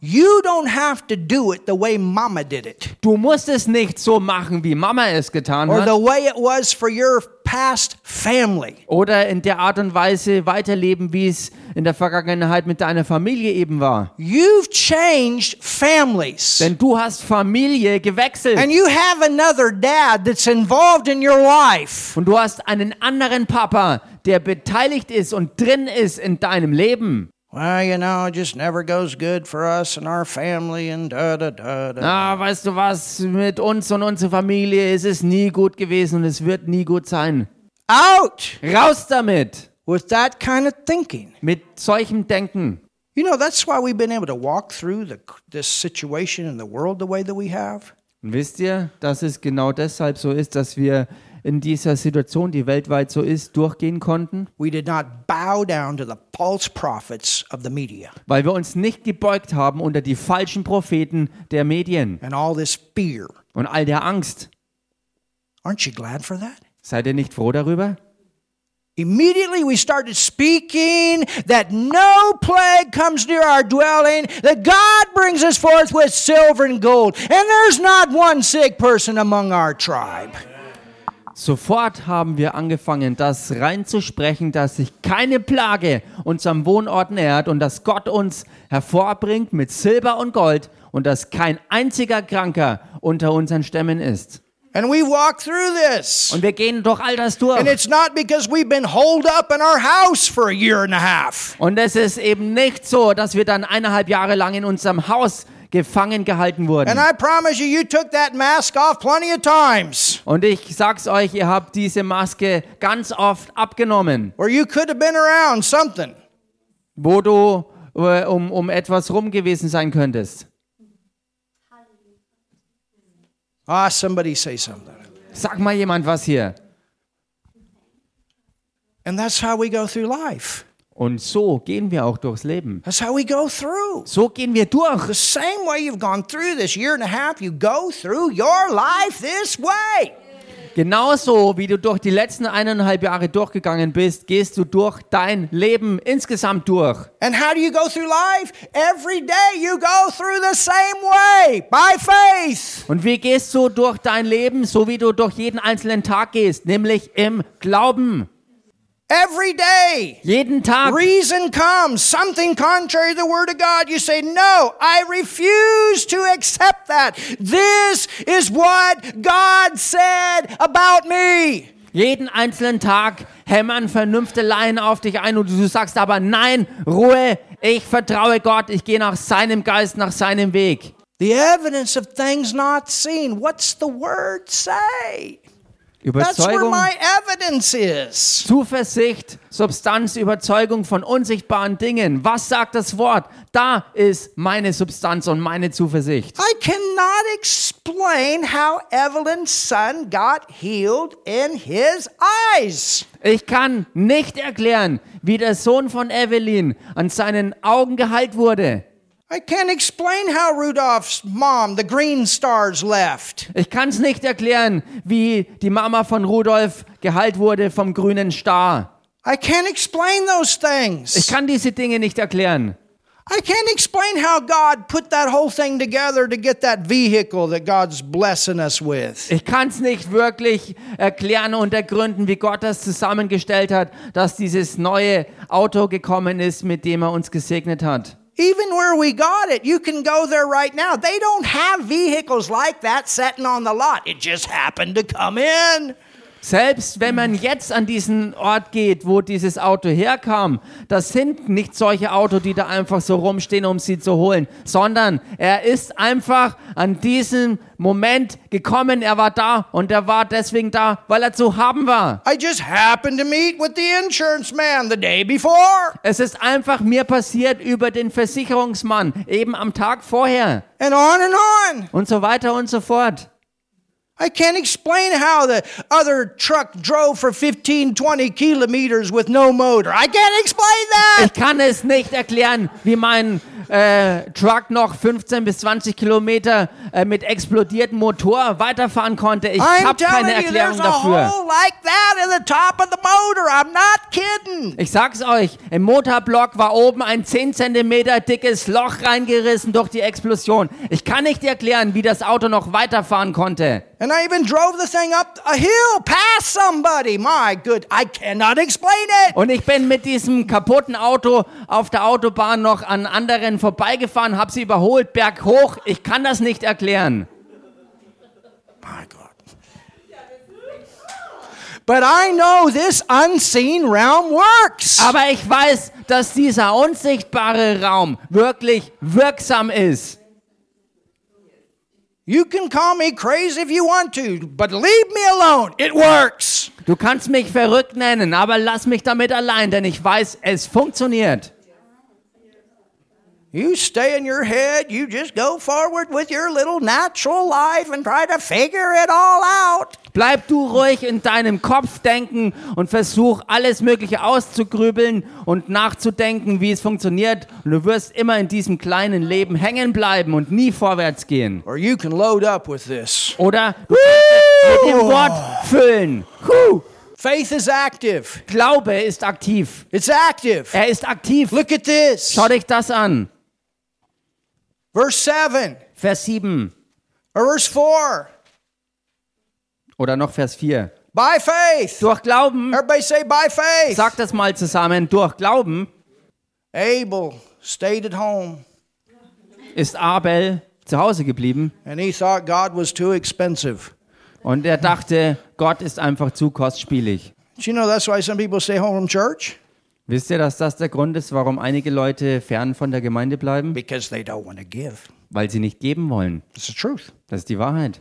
You don't have to do it the way mama did it Du musst es nicht so machen, wie Mama es getan or hat. the way it was for your past family. Oder in der Art und Weise weiterleben, wie es in der Vergangenheit mit deiner Familie eben war. You've changed families. Denn du hast Familie gewechselt. and you have another dad that's involved in your life. Und du hast einen anderen Papa, der beteiligt ist und drin ist in deinem Leben. Well, you know, it just never goes good for us and our family and da da da da. Ah, weißt du was, mit uns und unserer Familie ist es nie gut gewesen und es wird nie gut sein. Out Raus damit! with that kind of thinking. Mit solchem Denken. You know, that's why we've been able to walk through the, this situation in the world the way that we have. Und wisst ihr, dass es genau deshalb so ist, dass wir in dieser Situation, die weltweit so ist, durchgehen konnten? We did not bow down to the false prophets of the media Weil wir uns nicht gebeugt haben unter die falschen Propheten der Medien and all this fear. und all der Angst. Aren't you glad for that? Seid ihr nicht froh darüber? Immediately we started speaking that no plague comes near our dwelling, that God brings us forth with silver and gold, and there's not one sick person among our tribe. Sofort haben wir angefangen, das reinzusprechen, dass sich keine Plage unserem Wohnort nähert und dass Gott uns hervorbringt mit Silber und Gold und dass kein einziger Kranker unter unseren Stämmen ist. And we walk through this. Und wir gehen durch all das durch. And it's not because we've been holed up in our house for a year and a half. Und es ist eben nicht so, dass wir dann eineinhalb Jahre lang in unserem Haus gefangen gehalten And wurden. I promise you, you took that mask off plenty of times Und ich sag's euch, ihr habt diese Maske ganz oft abgenommen, where you could have been around something. wo du äh, um, um etwas rum gewesen sein könntest. Ah, somebody say something. Sag mal jemand was hier. And that's how we go through life. Und so gehen wir auch durchs Leben. That's how we go through. So gehen wir durch. The same way you've gone through this year and a half, you go through your life this way. Genauso wie du durch die letzten eineinhalb Jahre durchgegangen bist, gehst du durch dein Leben insgesamt durch. And how do you go through life? Every day you go through the same way by faith. Und wie gehst du durch dein Leben, so wie du durch jeden einzelnen Tag gehst, nämlich im Glauben. Every day. Jeden Tag. Reason comes, something contrary to the Word of God. You say, No, I refuse to accept that. This is what God said about me. Jeden einzelnen Tag hämmern Vernünfteleien auf dich ein und du sagst aber nein, Ruhe, ich vertraue Gott, ich gehe nach seinem Geist, nach seinem Weg. The evidence of things not seen. What's the Word say? That's where Überzeugung, my evidence is. Zuversicht, Substanz, Überzeugung von unsichtbaren Dingen. Was sagt das Wort? Da ist meine Substanz und meine Zuversicht. I cannot explain how Evelyn's son got healed in his eyes. Ich kann nicht erklären, wie der Sohn von Evelyn an seinen Augen geheilt wurde. I can't explain how Rudolph's mom, the green stars, left. Ich kann es nicht erklären, wie die Mama von Rudolf geheilt wurde vom grünen Star. I can't explain those Ich things. kann diese Dinge nicht erklären. I can't explain how God put that whole thing together to get that vehicle that God's blessing us with. Ich kann es nicht wirklich erklären und ergründen, wie Gott das zusammengestellt hat, dass dieses neue Auto gekommen ist, mit dem er uns gesegnet hat. Even where we got it, you can go there right now. They don't have vehicles like that sitting on the lot. It just happened to come in. Selbst wenn man jetzt an diesen Ort geht, wo dieses Auto herkam, das sind nicht solche Autos, die da einfach so rumstehen, um sie zu holen, sondern er ist einfach an diesen Moment gekommen, er war da und er war deswegen da, weil er zu haben war. I just happened to meet with the insurance man the day before. Es ist einfach mir passiert über den Versicherungsmann, eben am Tag vorher And on and on. und so weiter und so fort. I can't explain how the other truck drove for 15, 20 kilometers with no motor. I can't explain that. Ich kann es nicht erklären, wie mein äh, Truck noch 15 bis 20 Kilometer äh, mit explodiertem Motor weiterfahren konnte. Ich I'm habe keine telling you, Erklärung there's a dafür. hole like that in the top of the motor. I'm not kidding. Ich sag's euch, im Motorblock war oben ein 10 Zentimeter dickes Loch reingerissen durch die Explosion. Ich kann nicht erklären, wie das Auto noch weiterfahren konnte. And I even drove the thing up a hill past somebody. My good, I cannot explain it. Und ich bin mit diesem kaputten Auto auf der Autobahn noch an anderen vorbeigefahren, habe sie überholt, berghoch. Ich kann das nicht erklären. My God. But I know this unseen realm works. Aber ich weiß, dass dieser unsichtbare Raum wirklich wirksam ist. You can call me crazy if you want to, but leave me alone. It works. Du kannst mich verrückt nennen, aber lass mich damit allein, denn ich weiß, es funktioniert. You stay in your head, you just go forward with your little natural life and try to figure it all out. Bleib du ruhig in deinem Kopf denken und versuch alles Mögliche auszugrübeln und nachzudenken, wie es funktioniert. Und du wirst immer in diesem kleinen Leben hängen bleiben und nie vorwärts gehen. Or you can load up with this. Oder du kannst es mit dem Wort füllen. Huh. Faith is active. Glaube ist aktiv. It's active. Er ist aktiv. Look at this. Schau dich das an. Verse 7 Vers 7 or verse 4. oder noch Vers 4. By faith. Durch Glauben, Everybody say by faith. sag das mal zusammen, durch Glauben Abel stayed at home ist Abel zu Hause geblieben and he thought God was too expensive. Und er dachte, Gott ist einfach zu kostspielig. Do you know that's why some people stay home from church? Wisst ihr, dass das der Grund ist, warum einige Leute fern von der Gemeinde bleiben? Because they don't want to give. Weil sie nicht geben wollen. It's the truth. Das ist die Wahrheit.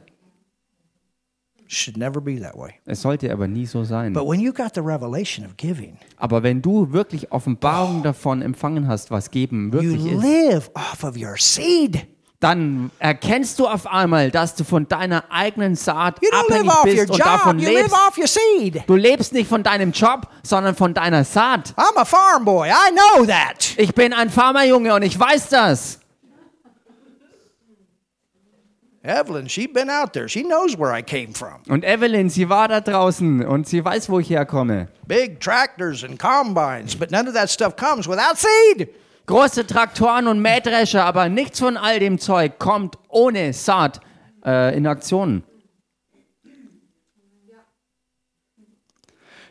Should never be that way. Es sollte aber nie so sein. But when you got the revelation of giving, Aber wenn du wirklich Offenbarung davon empfangen hast, was geben you wirklich ist, live off of your seed. dann erkennst du auf einmal, dass du von deiner eigenen Saat You don't live abhängig off your bist und davon job. You live lebst. off your seed. Du lebst nicht von deinem Job, sondern von deiner Saat. I'm a farm boy. I know that. Ich bin ein Farmerjunge und ich weiß das. Evelyn, she's been out there. She knows where I came from. Und Evelyn, sie war da draußen und sie weiß, wo ich herkomme. Big tractors and combines, but none of that stuff comes without seed. Große Traktoren und Mähdrescher, aber nichts von all dem Zeug kommt ohne Saat äh, in Aktion.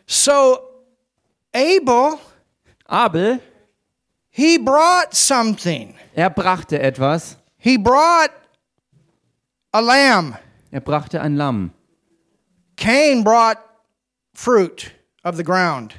So Abel, Abel, he brought something. er brachte etwas. He brought a lamb. Er brachte ein Lamm. Cain brought fruit of the ground,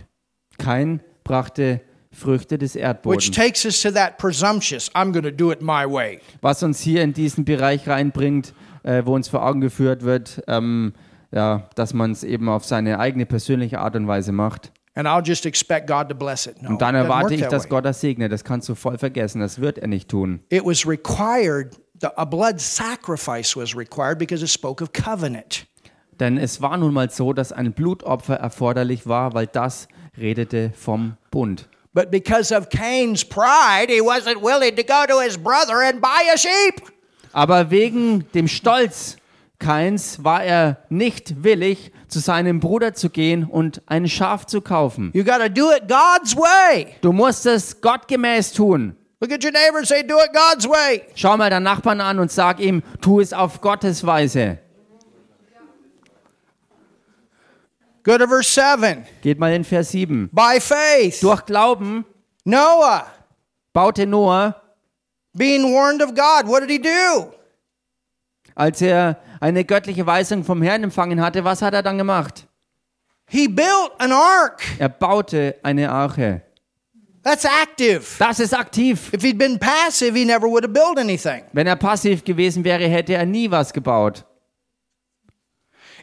Kein brachte Früchte des which Erdbodens. takes us to that presumptuous, I'm going to do it my way. was uns hier in diesen Bereich reinbringt, äh, wo uns vor Augen geführt wird, ähm, ja, dass man es eben auf seine eigene persönliche Art und Weise macht. And I'll just expect God to bless it. No, Und dann it doesn't erwarte work ich, that dass way. Gott das segnet. Das kannst du voll vergessen. Das wird er nicht tun. It was required, the, a blood sacrifice was required because it spoke of covenant. Denn es war nun mal so, dass ein Blutopfer erforderlich war, weil das redete vom Bund. But because of Cain's pride, he wasn't willing to go to his brother and buy a sheep. Aber wegen dem Stolz Keins war er nicht willig, zu seinem Bruder zu gehen und ein Schaf zu kaufen. You got to do it God's way. Du musst es gottgemäß tun. Look at your neighbor and say, Do it God's way. Schau mal deinen Nachbarn an und sag ihm, tu es auf Gottes Weise. Go to verse 7. Geht mal in Vers 7. By faith, Durch Glauben Noah, baute Noah, being warned of God, what did he do? als er eine göttliche Weisung vom Herrn empfangen hatte, was hat er dann gemacht? He built an ark. Er baute eine Arche. That's active. Das ist aktiv. If he'd been passive, he never would have built anything. Wenn er passiv gewesen wäre, hätte er nie was gebaut.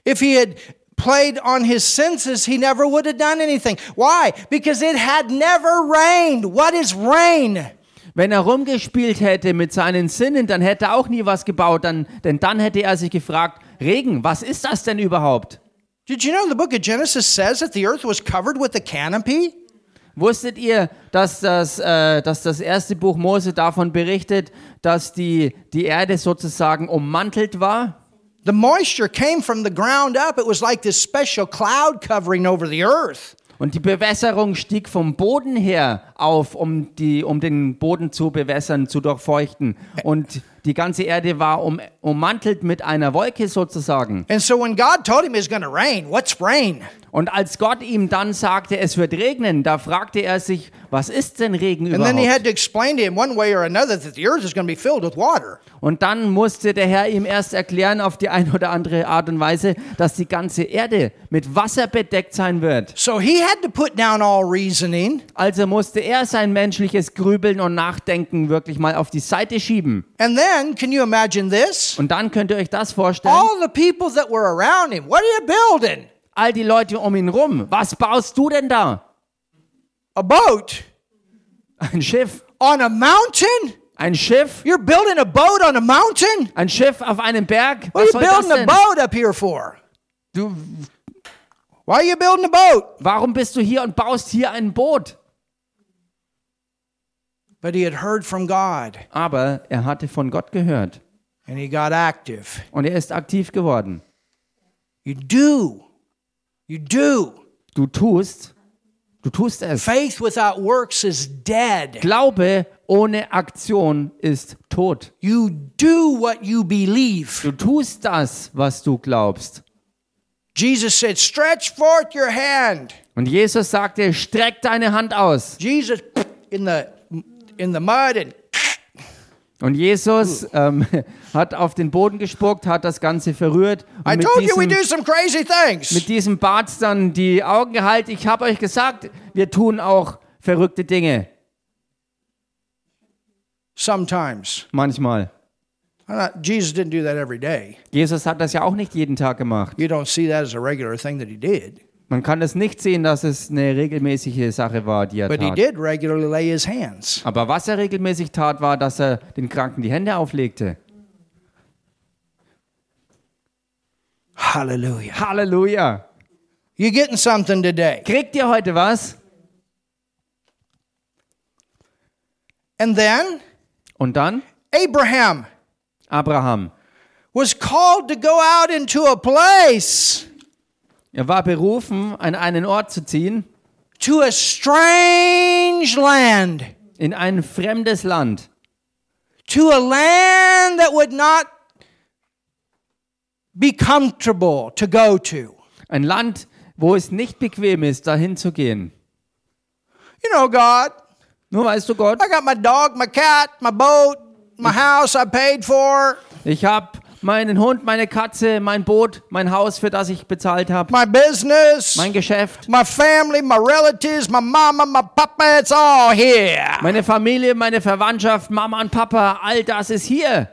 If he had played on his senses, he never would have done anything. Why? Because it had never rained. What is rain? Wenn er rumgespielt hätte mit seinen Sinnen, dann hätte er auch nie was gebaut. Dann, denn dann hätte er sich gefragt, Regen, was ist das denn überhaupt? Did you know the book of Genesis says that the earth was covered with a canopy? Wusstet ihr, dass das, äh, dass das erste Buch Mose davon berichtet, dass die, die Erde sozusagen ummantelt war? The moisture came from the ground up. It was like this special cloud covering over the earth. Und die Bewässerung stieg vom Boden her auf, um, die, um den Boden zu bewässern, zu durchfeuchten. Und die ganze Erde war um, ummantelt mit einer Wolke sozusagen. And so when God told him it was going to rain, what's rain? Und als Gott ihm dann sagte, es wird regnen, da fragte er sich, was ist denn Regen And then he überhaupt? had to explain to him one way or another that the earth is going to be filled with water. Und dann musste der Herr ihm erst erklären, auf die eine oder andere Art und Weise, dass die ganze Erde mit Wasser bedeckt sein wird. So he had to put down all reasoning Also musste er sein menschliches Grübeln und Nachdenken wirklich mal auf die Seite schieben. And then, can you imagine this? Und dann könnt ihr euch das vorstellen, All the people that were around him, what are you building? all die Leute um ihn rum, was baust du denn da? A boat Ein Schiff? on a mountain? Ein Schiff? You're building a boat on a mountain? Ein Schiff auf einem Berg? What are Was you soll das building a denn? boat up here for? Du, Why are you building a boat? warum bist du hier und baust hier ein Boot? But he had heard from God Aber er hatte von Gott gehört and he got active. und er ist aktiv geworden. You do. You do. Du tust, du tust es. Faith without works is dead. Glaube ohne Aktion ist tot. You do what you believe. Du tust das, was du glaubst. Jesus said, Stretch forth your hand. Und Jesus sagte, streck deine Hand aus. Jesus in the in the mud and Und Jesus ähm, hat auf den Boden gespuckt, hat das Ganze verrührt. I Und mit, told you we do some diesem, crazy things. mit diesem Bart dann die Augen gehalten. Ich habe euch gesagt, wir tun auch verrückte Dinge. Sometimes. Manchmal. I'm not- Jesus didn't do that every day. Jesus hat das ja auch nicht jeden Tag gemacht. You don't see that as a regular thing that he did. Man kann es nicht sehen, dass es eine regelmäßige Sache war, die er But he tat. did regularly lay his hands. Aber was er regelmäßig tat, war, dass er den Kranken die Hände auflegte. Hallelujah. Halleluja! You getting something today? Kriegt ihr heute was? And then Und dann Abraham Abraham. was called to go out into a place Er war berufen, an einen Ort zu ziehen, to a strange land, in ein fremdes Land, to a land that would not be comfortable to go to. ein Land, wo es nicht bequem ist, dahin zu gehen. You know, God, Nur weißt du Gott, I got my dog, my cat, my boat, my house I paid for, ich habe meinen Hund, meine Katze, mein Boot, mein Haus, für das ich bezahlt habe, my business, mein Geschäft, my family, my relatives, my mama, my papa, it's all here. meine Familie, meine Verwandtschaft, Mama und Papa, all das ist hier.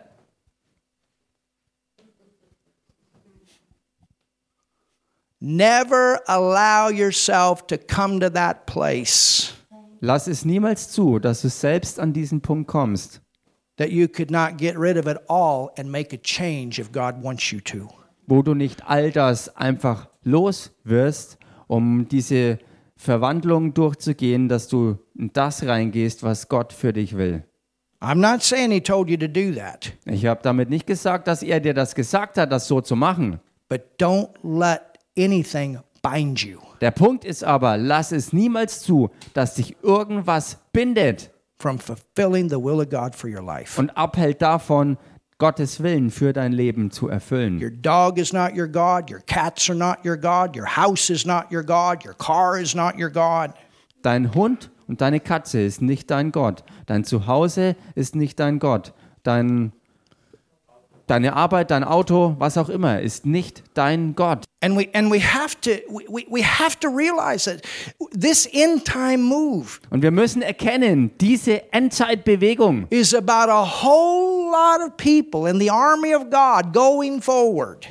Never allow yourself to come to that place Lass es niemals zu, dass du selbst an diesen Punkt kommst, that you could not get rid of it all and make a change if God wants you to. wo du nicht all das einfach los wirst, um diese Verwandlung durchzugehen, dass du in das reingehst, was Gott für dich will. I'm not saying He told you to do that, Ich habe damit nicht gesagt, dass er dir das gesagt hat, das so zu machen. but don't let anything bind you. Der Punkt ist aber, lass es niemals zu, dass dich irgendwas bindet From fulfilling the will of God for your life. und abhält davon, Gottes Willen für dein Leben zu erfüllen. Your dog is not your God. Your cats are not your God. Your house is not your God. Your car is not your God. Dein Hund und deine Katze ist nicht dein Gott. Dein Zuhause ist nicht dein Gott. Dein, deine Arbeit, dein Auto, was auch immer, ist nicht dein Gott. And we, and we, have, to, we- we, we have to realize that this end time move Und wir müssen erkennen, diese Endzeitbewegung is about a whole lot of people in the army of God going forward.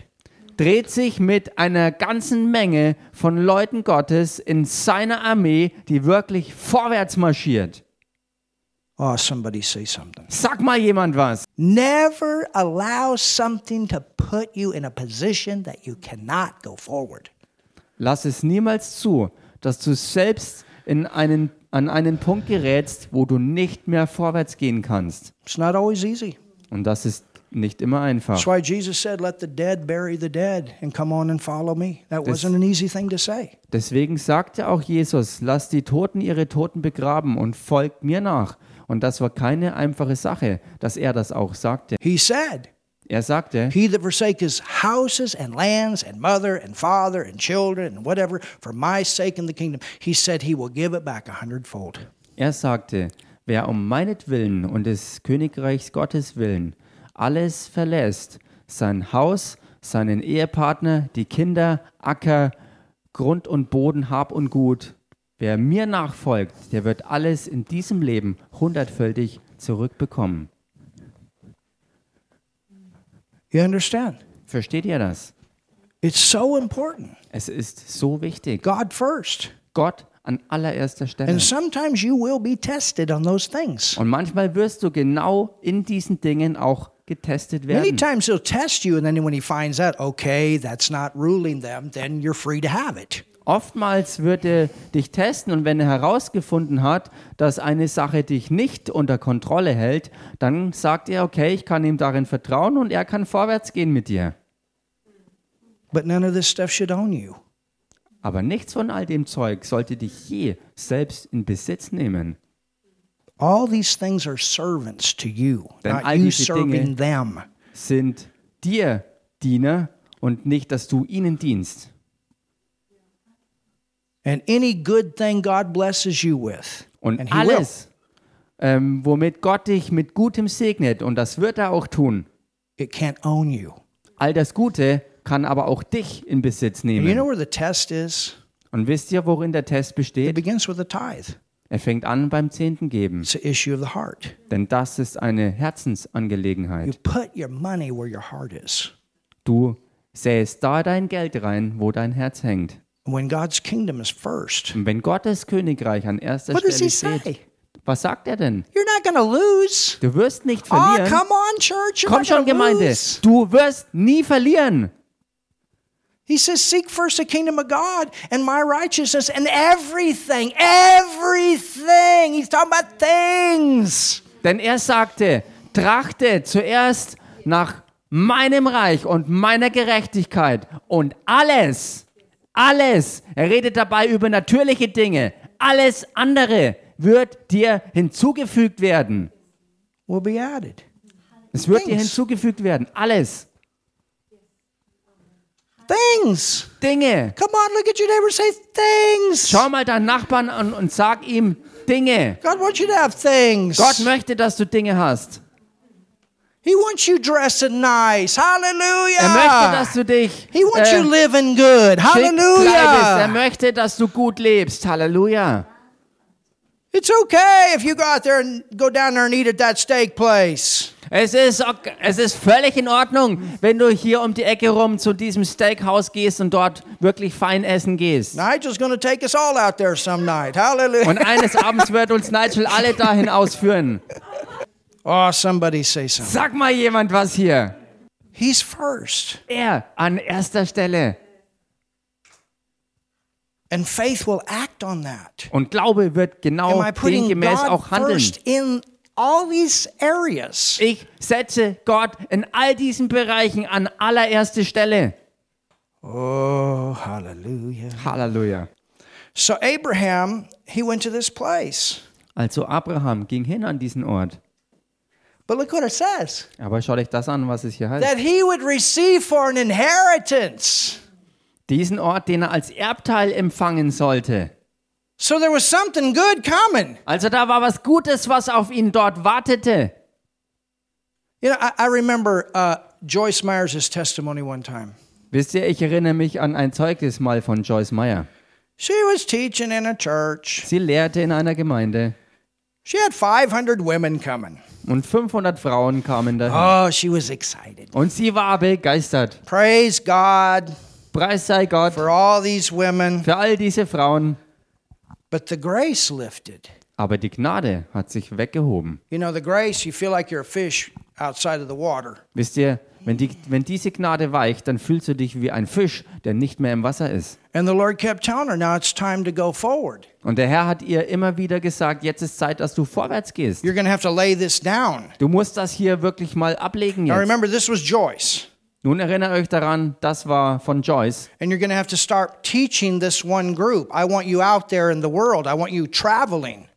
dreht sich mit einer ganzen Menge von Leuten Gottes in seiner Armee, die wirklich vorwärts marschiert. Oh, somebody say something. Sag mal jemand was. Never allow something to put you in a position that you cannot go forward. Lass es niemals zu, dass du selbst in einen, an einen Punkt gerätst, wo du nicht mehr vorwärts gehen kannst. It's not always easy. Und das ist nicht immer That's einfach. why Jesus said, Let the dead bury the dead and come on and follow me. That wasn't an easy thing to say. Deswegen sagte auch Jesus, lass die Toten ihre Toten begraben und folgt mir nach. Und das war keine einfache Sache, dass er das auch sagte. He said, Er sagte, He that forsaketh houses and lands and mother and father and children and whatever for my sake in the kingdom, he said he will give it back a hundredfold. Er sagte, wer um meinetwillen und des Königreichs Gottes willen alles verlässt, sein Haus, seinen Ehepartner, die Kinder, Acker, Grund und Boden, Hab und Gut, wer mir nachfolgt, der wird alles in diesem Leben hundertfältig zurückbekommen. You understand? Versteht ihr das? It's so important. Es ist so wichtig. God first. Gott an allererster Stelle. And sometimes you will be tested on those things. Und manchmal wirst du genau in diesen Dingen auch getestet Many werden. times he'll test you, and then when he finds out, okay, that's not ruling them, then you're free to have it. Oftmals wird er dich testen und wenn er herausgefunden hat, dass eine Sache dich nicht unter Kontrolle hält, dann sagt er, okay, ich kann ihm darin vertrauen und er kann vorwärts gehen mit dir. But none of this stuff should own you. Aber nichts von all dem Zeug sollte dich je selbst in Besitz nehmen. All these things are servants to you, Denn all not you diese Dinge- serving them. Sind dir Diener und nicht, dass du ihnen dienst. And any good thing God blesses you with, Und and He will, alles, ähm, womit Gott dich mit Gutem segnet. Und das wird er auch tun. It can't own you. All das Gute kann aber auch dich in Besitz And you know nehmen. where the test is? Und wisst ihr, worin der Test It besteht? begins with the tithe. Er fängt an beim Zehnten geben. It's an issue of the heart. Denn das ist eine You Herzensangelegenheit. put your money where your heart is. Du säst da dein Geld rein, wo dein Herz hängt. When God's kingdom is first, Und wenn Gottes Königreich an erster What does Stelle he steht, say? was sagt er denn? you're not going to lose. Du wirst nicht Oh, verlieren. come on, church. You're Komm not schon, gonna Gemeinde. lose. Du wirst nie verlieren. He says, Seek first the kingdom of God and my righteousness and everything, everything. He's talking about things. Denn er sagte, trachte zuerst nach meinem Reich und meiner Gerechtigkeit und alles, alles, er redet dabei über natürliche Dinge, alles andere wird dir hinzugefügt werden. Will be added. Es wird dir Things. hinzugefügt werden, alles. Things. Dinge. Come on, look at your neighbor and say things. Schau mal deinen Nachbarn an und sag ihm Dinge. God wants you to have things. Gott möchte, dass du Dinge hast. he wants you dressing nice. Hallelujah. Er möchte, dass du dich Ah. he wants äh, you living good. schick kleidest. Er Hallelujah. möchte, dass du gut lebst. Halleluja. It's okay if you go out there and go down there and eat at that steak place. Es ist, ok- es ist völlig in Ordnung, wenn du hier um die Ecke rum zu diesem Steakhouse gehst und dort wirklich fein essen gehst. Nigel's going to take us all out there some night. Hallelujah. Und eines Abends wird uns Nigel alle dahin ausführen. oh, somebody say something. Sag mal jemand was hier. He's first. Er an erster Stelle. And faith will act on that. Und Glaube wird Am genau I putting demgemäß God auch handeln. first in all these areas? Ich setze Gott in all diesen Bereichen an allererste Stelle. Oh, hallelujah. Halleluja. So Abraham, he went to this place. Also Abraham ging hin an diesen Ort. But look what it says. Aber schaut euch das an, was es hier heißt. That he would receive for an inheritance. Diesen Ort, den er als Erbteil empfangen sollte. So there was something good coming. Also da war was Gutes, was auf ihn dort wartete. You know, I, I remember uh, Joyce Myers' testimony one time. Wisst ihr, ich erinnere mich an ein Zeugnis mal von Joyce Meyer. She was teaching in a church. Sie lehrte in einer Gemeinde She had 500 women coming. und 500 Frauen kamen dahin. Oh, she was excited. Und sie war begeistert. Praise God Preis sei Gott for all these women. für all diese Frauen. But the grace lifted. Aber die Gnade hat sich weggehoben. You know, the grace, you feel like you're a fish outside of the water. Wisst ihr, wenn, die, wenn diese Gnade weicht, dann fühlst du dich wie ein Fisch, der nicht mehr im Wasser ist. And the Lord kept telling her, now it's time to go forward. Und der Herr hat ihr immer wieder gesagt, jetzt ist Zeit, dass du vorwärts gehst. You're going to have to lay this down. Du musst das hier wirklich mal ablegen Now, jetzt. remember, this was Joyce. Nun erinnert euch daran, das war von Joyce. And you're going to have to start teaching this one group. I want you out there in the world, I want you traveling.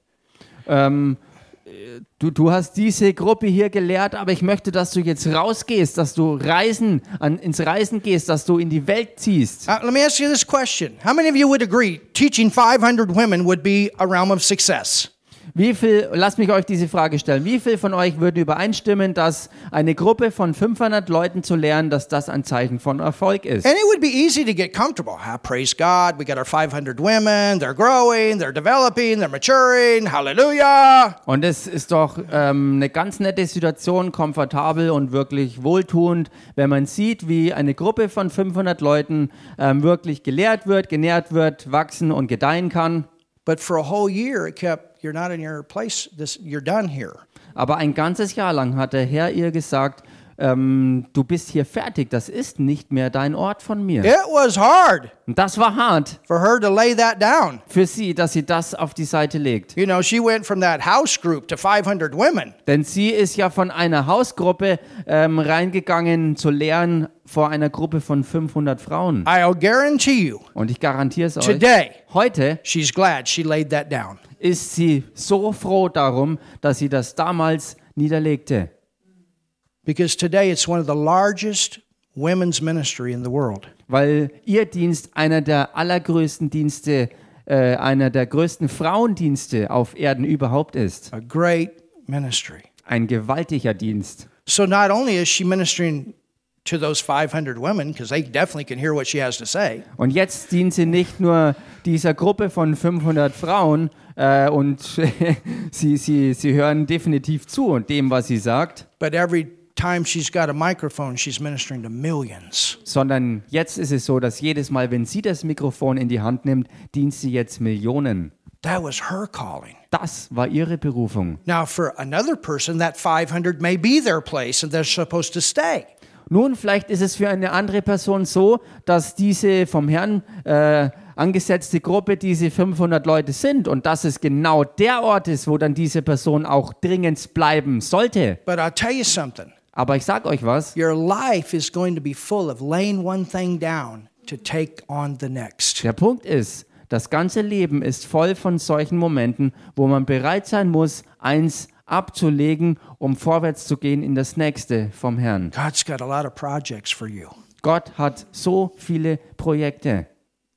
Ähm, äh, du, du hast diese Gruppe hier gelehrt, aber ich möchte, dass du jetzt rausgehst, dass du reisen, an, ins Reisen gehst, dass du in die Welt ziehst. Uh, let me ask you this question How many of you would agree teaching 500 women would be a realm of success? Wie viel, lass mich euch diese Frage stellen, wie viel von euch würden übereinstimmen, dass eine Gruppe von 500 Leuten zu lernen, dass das ein Zeichen von Erfolg ist? And it would be easy to get comfortable. Ah, praise God, we got our 500 women. They're growing, they're developing, they're maturing. Hallelujah. Und es ist doch ähm, eine ganz nette Situation, komfortabel und wirklich wohltuend, wenn man sieht, wie eine Gruppe von 500 Leuten ähm, wirklich gelehrt wird, genährt wird, wachsen und gedeihen kann. But for a whole year, it kept, you're not in your place, this, you're done here. Aber ein ganzes Jahr lang hat der Herr ihr gesagt, ähm, du bist hier fertig, das ist nicht mehr dein Ort von mir. It was hard Und das war hart for her to lay that down. für sie, dass sie das auf die Seite legt. You know, she went from that house group to 500 women. Denn sie ist ja von einer Hausgruppe ähm, reingegangen zu lehren vor einer Gruppe von 500 Frauen. I'll guarantee you, Und ich garantiere es euch, today, heute she's glad she laid that down. ist sie so froh darum, dass sie das damals niederlegte. Because today it's one of the largest women's ministry in the world. Weil ihr Dienst einer der allergrößten Dienste äh, einer der größten Frauendienste auf Erden überhaupt ist. a great ministry. Ein gewaltiger Dienst. So not only is she ministering to those 500 women, because they definitely can hear what she has to say, Und jetzt dient sie nicht nur dieser Gruppe von 500 Frauen äh, und sie, sie, sie hören definitiv zu und dem, was sie sagt, but every time she's got a microphone, she's ministering to millions. sondern jetzt ist es so, dass jedes Mal, wenn sie das Mikrofon in die Hand nimmt, dient sie jetzt Millionen. That was her calling. Das war ihre Berufung. Now, for another person, that 500 may be their place and they're supposed to stay. Nun, vielleicht ist es für eine andere Person so, dass diese vom Herrn äh, angesetzte Gruppe diese 500 Leute sind und dass es genau der Ort ist, wo dann diese Person auch dringend bleiben sollte. But I'll tell you something Aber ich sag euch was, your life is going to be full of laying one thing down to take on the next. der Punkt ist, das ganze Leben ist voll von solchen Momenten, wo man bereit sein muss, eins abzulegen, um vorwärts zu gehen in das nächste vom Herrn. God's got a lot of projects for you Gott hat so viele Projekte,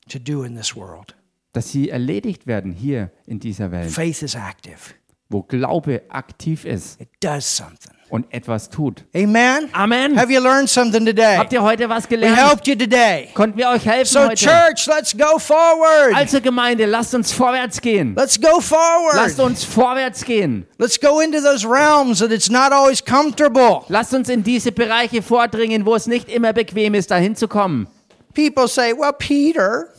to do in this world. dass sie erledigt werden hier in dieser Welt. Faith is active, wo Glaube aktiv ist it does something. und etwas tut. Amen. Amen. Have you learned something today? Habt ihr heute was We gelernt? helped you today. Konnten wir euch helfen So, heute? church, let's go forward. Also Gemeinde, lasst uns vorwärts gehen. Let's go Lasst forward. uns vorwärts gehen. Let's go into those realms that it's not always comfortable. Lasst uns in diese Bereiche vordringen, wo es nicht immer bequem ist, dahin zu kommen. People say, well, Peter,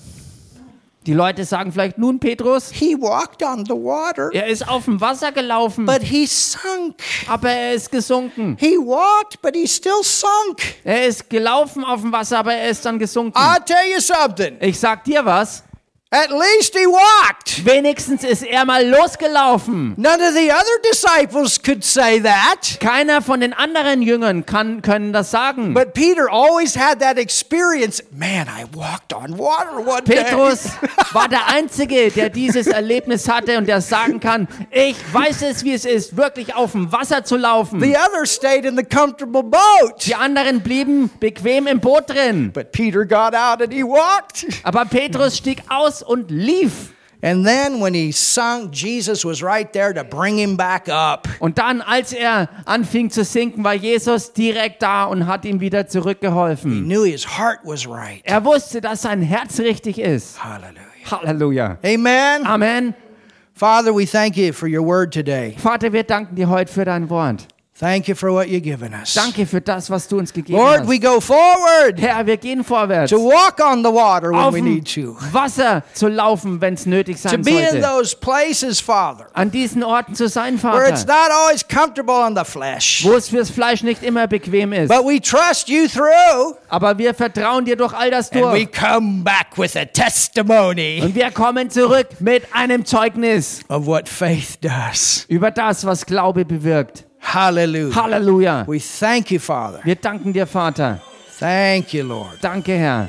Die Leute sagen vielleicht nun Petrus, he walked on the water, er ist auf dem Wasser gelaufen, but he sunk. aber er ist gesunken. He walked, but he still sunk. Er ist gelaufen auf dem Wasser, aber er ist dann gesunken. I'll tell you something. Ich sag dir was, At least he walked. wenigstens ist er mal losgelaufen. None of the other disciples could say that. Keiner von den anderen Jüngern kann, können das sagen. But Peter always had that experience. Man, I walked on water one day. Petrus war der Einzige, der dieses Erlebnis hatte und der sagen kann, ich weiß es, wie es ist, wirklich auf dem Wasser zu laufen. The others stayed in the comfortable boat. Die anderen blieben bequem im Boot drin. But Peter got out and he walked. Aber Petrus stieg aus und lief. And then when he sunk, Jesus was right there to bring him back up. Und dann, als er anfing zu sinken, war Jesus direkt da und hat ihm wieder He zurückgeholfen. knew his heart was right. Er wusste, dass sein Herz richtig ist. Hallelujah. Halleluja. Amen. Amen. Father, we thank you for your word today. Vater, wir danken dir heute für dein Wort. Thank you for what you've given us. Danke für das, was du uns gegeben Lord, we hast. go forward Herr, wir gehen vorwärts. to walk on the water when auf we dem need to, Wasser zu laufen, wenn es nötig to sein be in sollte. those places, Father, An diesen Orten zu sein, where it's Vater, not always comfortable on the flesh. wo es fürs Fleisch nicht immer bequem ist. But we trust you through, Aber wir vertrauen dir durch all das and we durch. come back with a testimony Und wir kommen zurück mit einem Zeugnis of what faith does. über das, was Glaube bewirkt. Hallelujah. Halleluja. We thank you, Father. Wir danken dir, Vater. Thank you, Lord. Danke, Herr.